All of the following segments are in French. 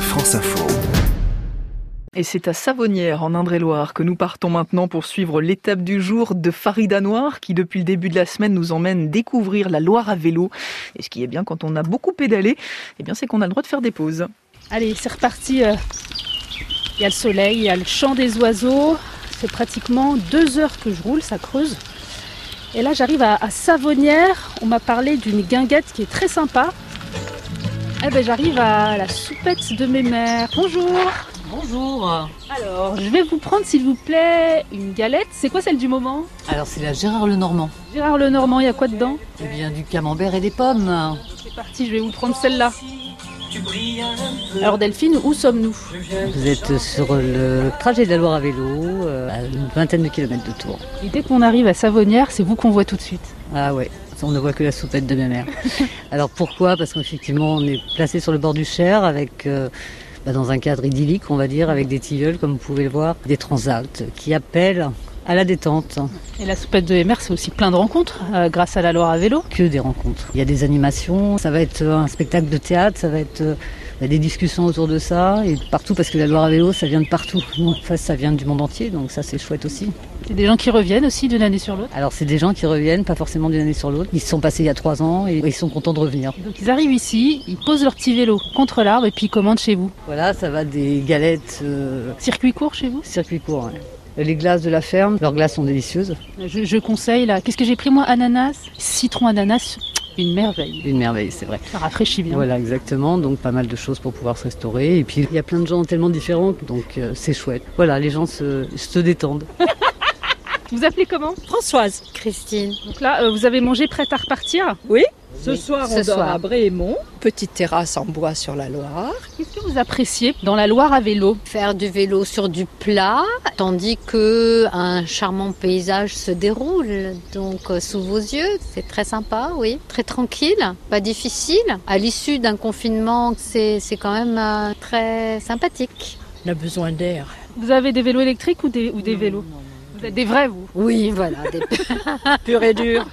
France Info. Et c'est à Savonnières, en Indre-et-Loire, que nous partons maintenant pour suivre l'étape du jour de Farida Noir, qui depuis le début de la semaine nous emmène découvrir la Loire à vélo. Et ce qui est bien quand on a beaucoup pédalé, eh bien c'est qu'on a le droit de faire des pauses. Allez, c'est reparti. euh. Il y a le soleil, il y a le chant des oiseaux. C'est pratiquement deux heures que je roule, ça creuse. Et là, j'arrive à, à Savonnières. On m'a parlé d'une guinguette qui est très sympa. Eh ben, j'arrive à la soupette de mes mères. Bonjour. Bonjour. Alors, je vais vous prendre, s'il vous plaît, une galette. C'est quoi celle du moment Alors c'est la Gérard Lenormand. Gérard Lenormand, il y a quoi dedans Eh bien du camembert et des pommes. C'est parti, je vais vous prendre celle-là. Alors, Delphine, où sommes-nous Vous êtes sur le trajet de la Loire à vélo, euh, à une vingtaine de kilomètres de Tours. Et dès qu'on arrive à Savonnières, c'est vous qu'on voit tout de suite. Ah ouais, on ne voit que la soupette de ma mère. Alors pourquoi Parce qu'effectivement on est placé sur le bord du Cher avec... euh, bah, dans un cadre idyllique, on va dire, avec des tilleuls, comme vous pouvez le voir, des transats qui appellent à la détente. Et la soupette de MR, c'est aussi plein de rencontres euh, grâce à la Loire à vélo. que des rencontres. Il y a des animations, ça va être un spectacle de théâtre, ça va être euh, des discussions autour de ça, et partout, parce que la Loire à vélo, ça vient de partout. Enfin, ça vient du monde entier, donc ça c'est chouette aussi. C'est des gens qui reviennent aussi d'une année sur l'autre. Alors c'est des gens qui reviennent, pas forcément d'une année sur l'autre, ils se sont passés il y a trois ans et ils sont contents de revenir. Donc ils arrivent ici, ils posent leur petit vélo contre l'arbre et puis ils commandent chez vous. Voilà, ça va des galettes, euh, Circuit court chez vous circuit court. ouais. Les glaces de la ferme, leurs glaces sont délicieuses, je, je conseille là. Qu'est-ce que j'ai pris moi Ananas Citron ananas. Une merveille. une merveille, c'est vrai. Ça rafraîchit bien. Voilà, exactement. Donc pas mal de choses pour pouvoir se restaurer. Et puis il y a plein de gens tellement différents, donc euh, c'est chouette. Voilà, les gens se, se détendent. Vous appelez comment Françoise. Christine. Donc là, euh, vous avez mangé prête à repartir. Ce soir, Ce on dort soir. à Bréhémont. Petite terrasse en bois sur la Loire. Qu'est-ce que vous appréciez dans la Loire à vélo Faire du vélo sur du plat, tandis que un charmant paysage se déroule. Donc euh, sous vos yeux, c'est très sympa, oui. Très tranquille, pas difficile. À l'issue d'un confinement, c'est c'est quand même euh, très sympathique. On a besoin d'air. Vous avez des vélos électriques ou des, ou des vélos Vous êtes des vrais vous Oui, voilà. des- Pur et dur.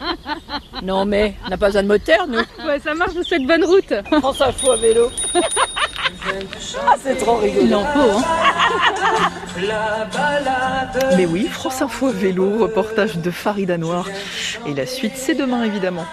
Non, mais on n'a pas besoin de moteur, nous. Ouais, ça marche, vous faites bonne route. Prends ça fou à vélo. Ah, c'est trop rigolo. Il en faut, hein. Mais oui, France Info à vélo, reportage de Farida Noir. Et la suite, c'est demain évidemment.